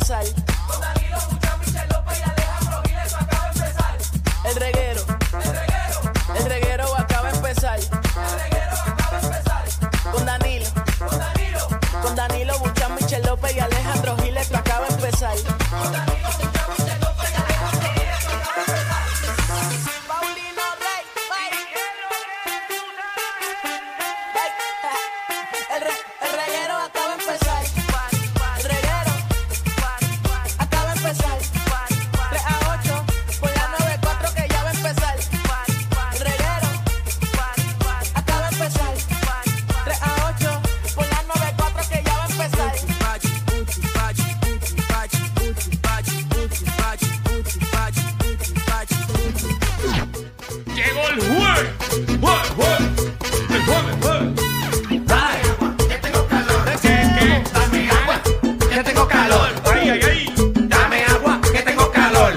usar. Con Danilo Buchan, Michel López y Alejandro Giles, eso acaba de empezar. El reguero, El reguero, el reguero acaba de empezar. el reguero acaba de empezar. Con Danilo, Con Danilo, con Danilo Buchan, Michel López y Alejandro Giles, esto acaba de empezar. Paulino Rey, bye. El re- el reguero acaba de empezar. El reguero acaba de empezar. 3 a 8, por la 94 que ya va a empezar. El reguero acaba de empezar. 3 a 8, por la 94 que ya va a empezar. Llegó el jueves, jueves, jueves, el jueves, jueves. Dale, que que tengo calor. tengo calor. Ay, ay, ay. Dame agua, que tengo calor.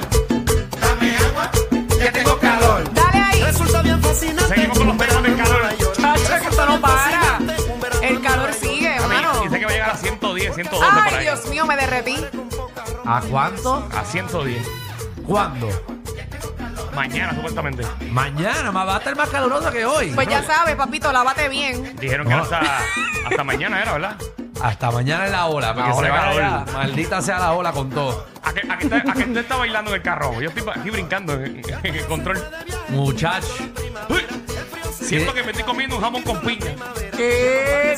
Dame agua, que tengo calor. Dale ahí. Resulta bien fascinante. Seguimos con los temas del calor. Chacho, que esto no para. El calor sigue, hermano. Dice que va a llegar a 110, 112 por Ay, ahí. Dios mío, me derretí. ¿A cuánto? A 110. ¿Cuándo? Mañana, supuestamente. Mañana, más va a estar más caluroso que hoy. Pues ya sabes, papito, lávate bien. Dijeron que No. hasta, hasta mañana era, ¿verdad? Hasta mañana es la ola, porque La ola se va de ya. calor. Maldita sea la ola con todo. ¿A qué, a qué está, a qué usted está bailando en el carro? Yo estoy pa- aquí brincando en, en el control. Muchacho. Uy, Siento ¿Qué? que me estoy comiendo un jamón con piña ¿Qué?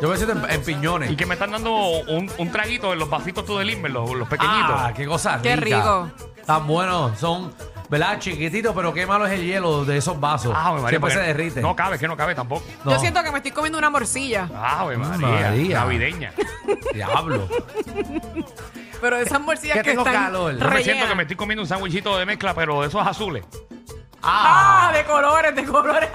Yo me siento en, en piñones. y que me están dando un, un traguito en los vasitos tú del Inver, los, los pequeñitos. Ah, qué cosa Qué rica. rico. Tan buenos. Son, ¿verdad? Chiquititos, pero qué malo es el hielo de esos vasos. Ah, Ave María, Siempre pues porque se derrite. No cabe, que no cabe tampoco. Yo siento que me estoy comiendo una morcilla, Ave María, Mm, María. navideña. Diablo. pero de esas morcillas Que que, tengo están calor. Yo Yo me rellenas. siento que me estoy comiendo un sándwichito de mezcla, pero de esos azules. Ah, de colores, de colores.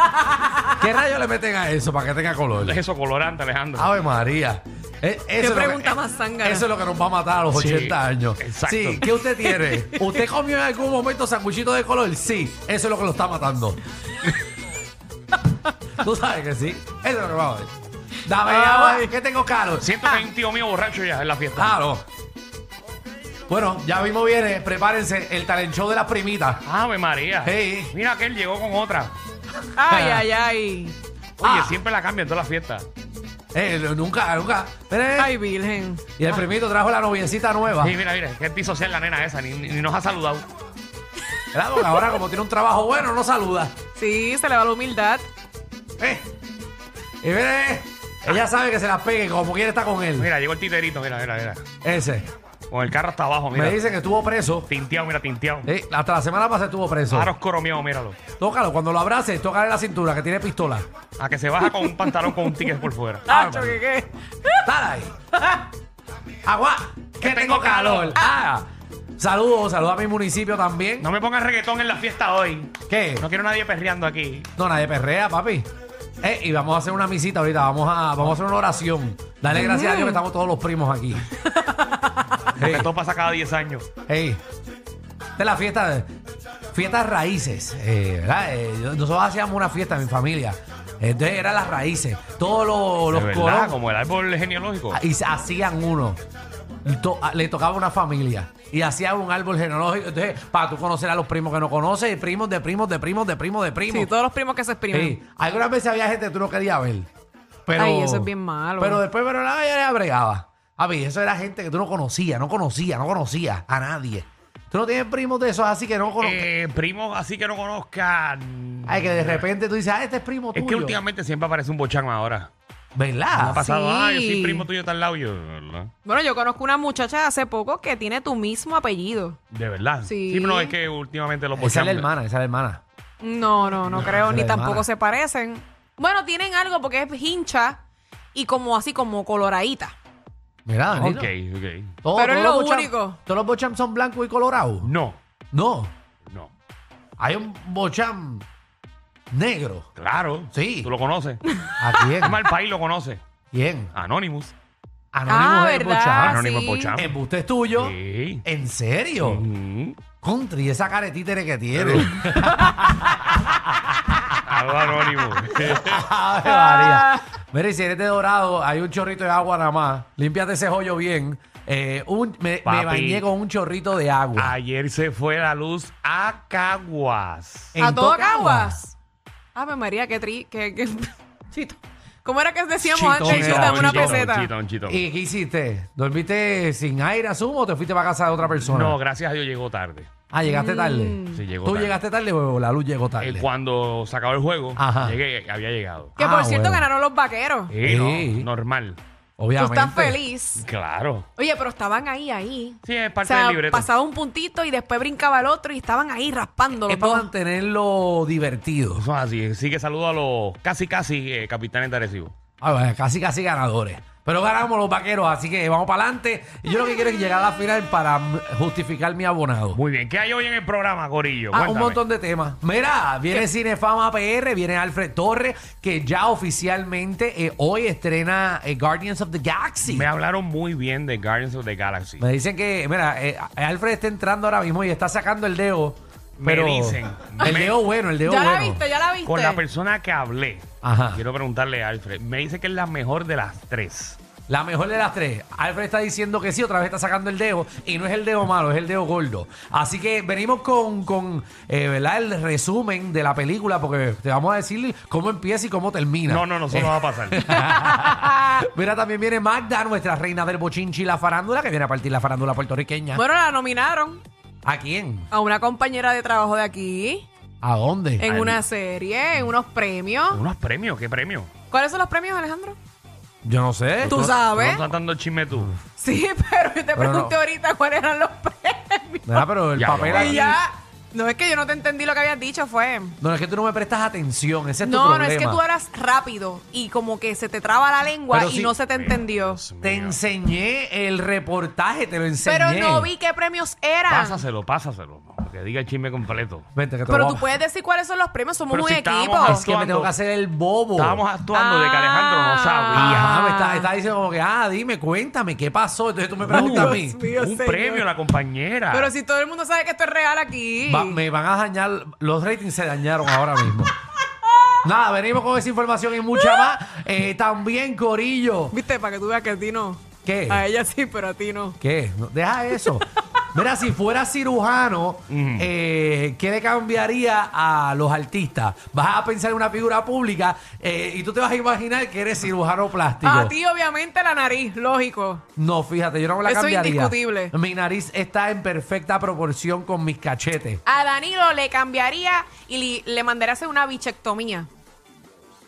¿Qué rayos le meten a eso para que tenga color? Es eso colorante, Alejandro. Ave María. Eh, eso es lo pregunta más zángana? Eso es lo que nos va a matar a los Sí, 80 años. exacto. Sí, ¿qué usted tiene? ¿Usted comió en algún momento sanguchito de color? Sí, eso es lo que lo está matando. Tú sabes que sí. Eso es lo que vamos a ver. Dame agua, que tengo caro. Siento que hay un tío mío borracho ya en la fiesta. Claro. Bueno, ya mismo viene, prepárense, el talent show de las primitas. Ave María. Hey. Mira que él llegó con otra. Ay, ay, ay. Oye, Ah. siempre la cambia en todas las fiestas. Eh, nunca, nunca. Mira, eh. Ay, virgen. Y el primito trajo la noviecita nueva. Sí, mira, mira, que antisocial la nena esa, ni, ni nos ha saludado. Claro, porque ahora como tiene un trabajo bueno, no saluda. Sí, se le va la humildad. Eh. Y mire, ella sabe que se las pegue como quiere está con él. Mira, llegó el titerito, mira, mira, mira. Ese. Con el carro hasta abajo, mira. Me dice que estuvo preso. Tinteado, mira, tinteado. Eh, hasta la semana pasada estuvo preso. Aros coromiao, míralo. Tócalo, cuando lo abraces, tócale la cintura que tiene pistola. A que se baja con un pantalón con un ticket por fuera. Ah, Tacho, que qué. Dale ahí. Agua, que tengo calor. Ah. Saludos, saludos a mi municipio también. No me pongas reggaetón en la fiesta hoy. ¿Qué? No quiero nadie perreando aquí. No, nadie perrea, papi. Eh, y vamos a hacer una misita ahorita, vamos a, vamos a hacer una oración. Dale Mm. gracias a Dios que estamos todos los primos aquí. Porque esto pasa cada 10 años. Ey, esta es la fiesta de fiestas raíces, eh, ¿verdad? Eh, yo- nosotros hacíamos una fiesta en mi familia. Entonces eran las raíces. Todos los, De los verdad, colón- como el árbol genealógico. y se hacían uno. Y to- a- le tocaba una familia. Y hacían un árbol genealógico. Entonces, para tú conocer a los primos que no conoces, y primos de primos, de primos, de primos, de primos. Sí, todos los primos que se exprimen. Sí, algunas veces había gente que tú no querías ver. Pero, Ay, eso es bien malo. Pero después, pero la mayoría bregaba. A mí, eso era gente que tú no conocías, no conocías, no conocías a nadie. Tú no tienes primos de esos así que no conoces. Eh, primo, así que no conozcan. Ay, que de repente tú dices, ah, este es primo Es tuyo. que últimamente siempre aparece un bochán ahora. Me ha ¿Verdad? pasado, sí. ah, yo soy primo tuyo de tal lado. Yo, de verdad. Bueno, yo conozco una muchacha de hace poco que tiene tu mismo apellido. De verdad. Sí. pero no es que últimamente los Esa bochán. es la hermana, esa es la hermana. No, no, no, creo, esa ni es tampoco mala. se parecen. Bueno, tienen algo porque es hincha y como así, como coloradita. Mira, Danilo. Ok, ok. Todo- Pero todos es lo los bocham- único. ¿Todos los bocham son blancos y colorados? No, No. no. Hay un bocham negro. Claro. Sí. Tú lo conoces. ¿A quién? Es más, el país lo conoce. ¿Quién? Anonymous. Anónimo ah, es el ¿verdad? Anónimo sí. Pochá. bocham. Embuste es tuyo. Sí. ¿En serio? Mm. Country, esa caretítere que tiene. Algo anónimo. Ave Ah. María. Mira, y si eres de dorado, hay un chorrito de agua nada más. Límpiate ese hoyo bien. Eh, un- me, me Papi. bañé con un chorrito de agua. Ayer se fue la luz a Caguas. En a todo Tocaguas. Caguas. Ave María, qué tri. Qué, qué- Chito. ¿Cómo era que decíamos Chitón, antes? era, Chita, en una chitón, peseta. chitón, chitón. ¿Y qué hiciste? ¿Dormiste sin aire, asumo, o te fuiste para casa de otra persona? No, gracias a Dios llegó tarde. Eh, Ah, Mm. llegaste tarde. Sí, llegó ¿Tú tarde. llegaste tarde o la luz llegó tarde? Eh, cuando se acabó el juego, Ajá. llegué, había llegado. Que Ah, por cierto bueno. ganaron los vaqueros. Eh, no, Sí. normal. Tú Obviamente. estás feliz. Claro. Oye, pero estaban ahí, ahí. Sí, es O parte sea, del libreto. pasaba un puntito y después brincaba el otro y estaban ahí raspándolo. Es para todo. mantenerlo divertido. Eso es así. Así que saludo a los casi, casi eh, capitanes de Arecibo. Ah, bueno, casi, casi ganadores. Pero ganamos los vaqueros, así que vamos para adelante. Y yo lo que quiero es llegar a la final para mm, justificar mi abonado. Muy bien. ¿Qué hay hoy en el programa, Gorillo? Ah, un montón de temas. Mira, viene Cinefama PR, viene Alfred Torres, que ya oficialmente eh, hoy estrena eh, Guardians of the Galaxy. Me hablaron muy bien de Guardians of the Galaxy. Me dicen que, mira, eh, Alfred está entrando ahora mismo y está sacando el dedo. Me Pero dicen. El Me- dedo bueno, el dedo Ya la bueno. viste, ya la viste. Con la persona que hablé, Ajá. quiero preguntarle a Alfred. Me dice que es la mejor de las tres. La mejor de las tres. Alfred está diciendo que sí, otra vez está sacando el dedo. Y no es el dedo malo, es el dedo gordo. Así que venimos con, con eh, ¿verdad? el resumen de la película, porque te vamos a decir cómo empieza y cómo termina. Ah. No, no, no, eso no va a pasar. Mira, también viene Magda, nuestra reina del bochinchi y la farándula, que viene a partir la farándula puertorriqueña. Bueno, la nominaron ¿A quién? a una compañera de trabajo de aquí. ¿A dónde? En Ay. una serie, en unos premios. Unos premios, ¿qué premio? ¿Cuáles son los premios, Alejandro? Yo no sé. Tú No sabes. estás dando chisme tú. Sí, pero yo te Pero no. pregunté ahorita cuáles eran los premios. Mira, pero el Ya, papel no. aquí- Y ya. No es que yo no te entendí lo que habías dicho, fue. No, es que tú no me prestas atención. Ese es tu No, no problema. es que tú eras rápido y como que se te traba la lengua Pero y sí. no se te entendió. Dios mío. Te enseñé el reportaje, te lo enseñé. Pero no vi qué premios eran. Pásaselo, pásaselo. Que diga el chisme completo. Vente, que te Pero lo tú puedes decir cuáles son los premios, somos Pero un si equipo. estábamos Es que me tengo que hacer el Oh. bobo. Estábamos actuando de que Alejandro Ah. no Ajá, sabía. me está, está diciendo como que, ah, dime, cuéntame, ¿qué pasó? Entonces tú me preguntas a mí. Dios mío, un señor. premio, la compañera. Pero si todo el mundo sabe que esto es real aquí. Va- me van a dañar, los ratings se dañaron ahora mismo. Nada, venimos con esa información y mucha más. Eh, también, Corillo. Viste, para que tú veas que a ti no. ¿Qué? A ella sí, pero a ti no. ¿Qué? No, deja eso. Mira, si fuera cirujano, Mm. eh, ¿qué le cambiaría a los artistas? Vas a pensar en una figura pública eh, y tú te vas a imaginar que eres cirujano plástico. A ti, obviamente, la nariz, lógico. No, fíjate, yo no me la Eso es cambiaría. indiscutible. Mi nariz está en perfecta proporción con mis cachetes. A Danilo le cambiaría y li- le mandaría hacer una bichectomía.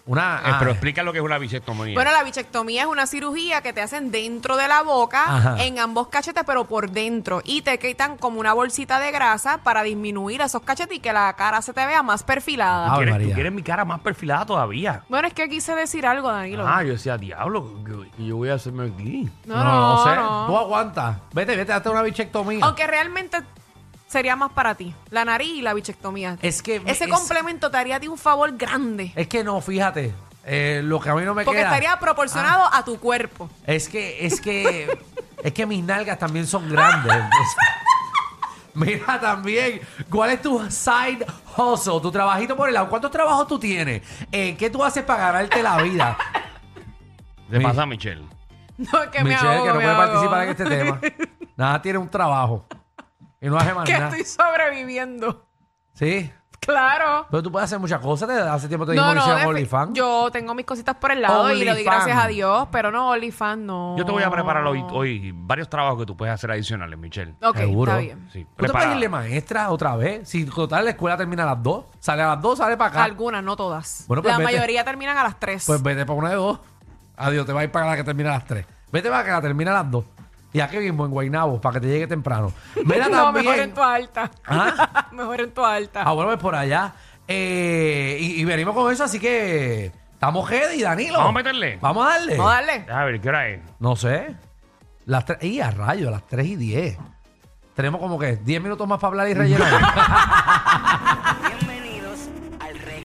Una. Eh, pero ah, explica lo que es una bisectomía. Bueno, la bichectomía es una cirugía que te hacen dentro de la boca, Ajá. en ambos cachetes, pero por dentro. Y te quitan como una bolsita de grasa para disminuir esos cachetes y que la cara se te vea más perfilada. Ah. ¿Quieres- Ave tú María. quieres mi cara más perfilada todavía. Bueno, es que quise decir algo, Danilo. Ah, yo decía, diablo, ¿qué- qué yo voy a hacerme aquí. no, no, sé. no. Tú aguantas. Vete, vete, hazte una bichectomía. Aunque realmente sería más para ti, la nariz y la bichectomía. Es que me- Ese es- complemento te haría a ti un favor grande. Es que no, fíjate. eh, lo que a mí no me porque queda. Ah. estaría proporcionado a tu cuerpo. Es que, es que, es que mis nalgas también son grandes. Entonces, Mira también, ¿cuál es tu side hustle? Tu trabajito por el lado. ¿Cuántos trabajos tú tienes? Eh, ¿Qué tú haces para ganarte la vida? Te Mi- pasa, a Michelle. No, es que me Michelle, ahogo, que no me puede ahogo. participar en este tema. Nada, tiene un trabajo. Y no hace más que nada. estoy sobreviviendo. Sí. Claro. Pero tú puedes hacer muchas cosas. Te- Hace tiempo te No, dijimos que no, hicieron defi- OnlyFans. yo tengo mis cositas por el lado y le doy OnlyFans. gracias a Dios, pero no, OnlyFans no. Yo te voy a preparar hoy, hoy varios trabajos que tú puedes hacer adicionales, Michelle. Oh. Ok, Seguro. está bien. Sí, ¿Usted puede prepara. irle maestra otra vez? Si total la escuela termina a las 2, sale a las 2, sale para acá. Algunas, no todas. Bueno, pues la vete. mayoría terminan a las 3. Pues vete para una de dos. Adiós, te vas a ir para la que termina a las tres. Vete para que la termina a las dos. Y aquí mismo en Guaynabo, para que te llegue temprano. Mira no, mejor también. en tu alta. ¿Ah? mejor en tu alta. Ah, bueno, pues por allá. Eh, y, y venimos con eso, así que estamos ready, Danilo. Vamos a meterle. Vamos a darle. no, dale. A ver, ¿qué hora es? No sé. Las tres. Y a rayo, a las tres y diez. Tenemos como que 10 minutos más para hablar y rellenar.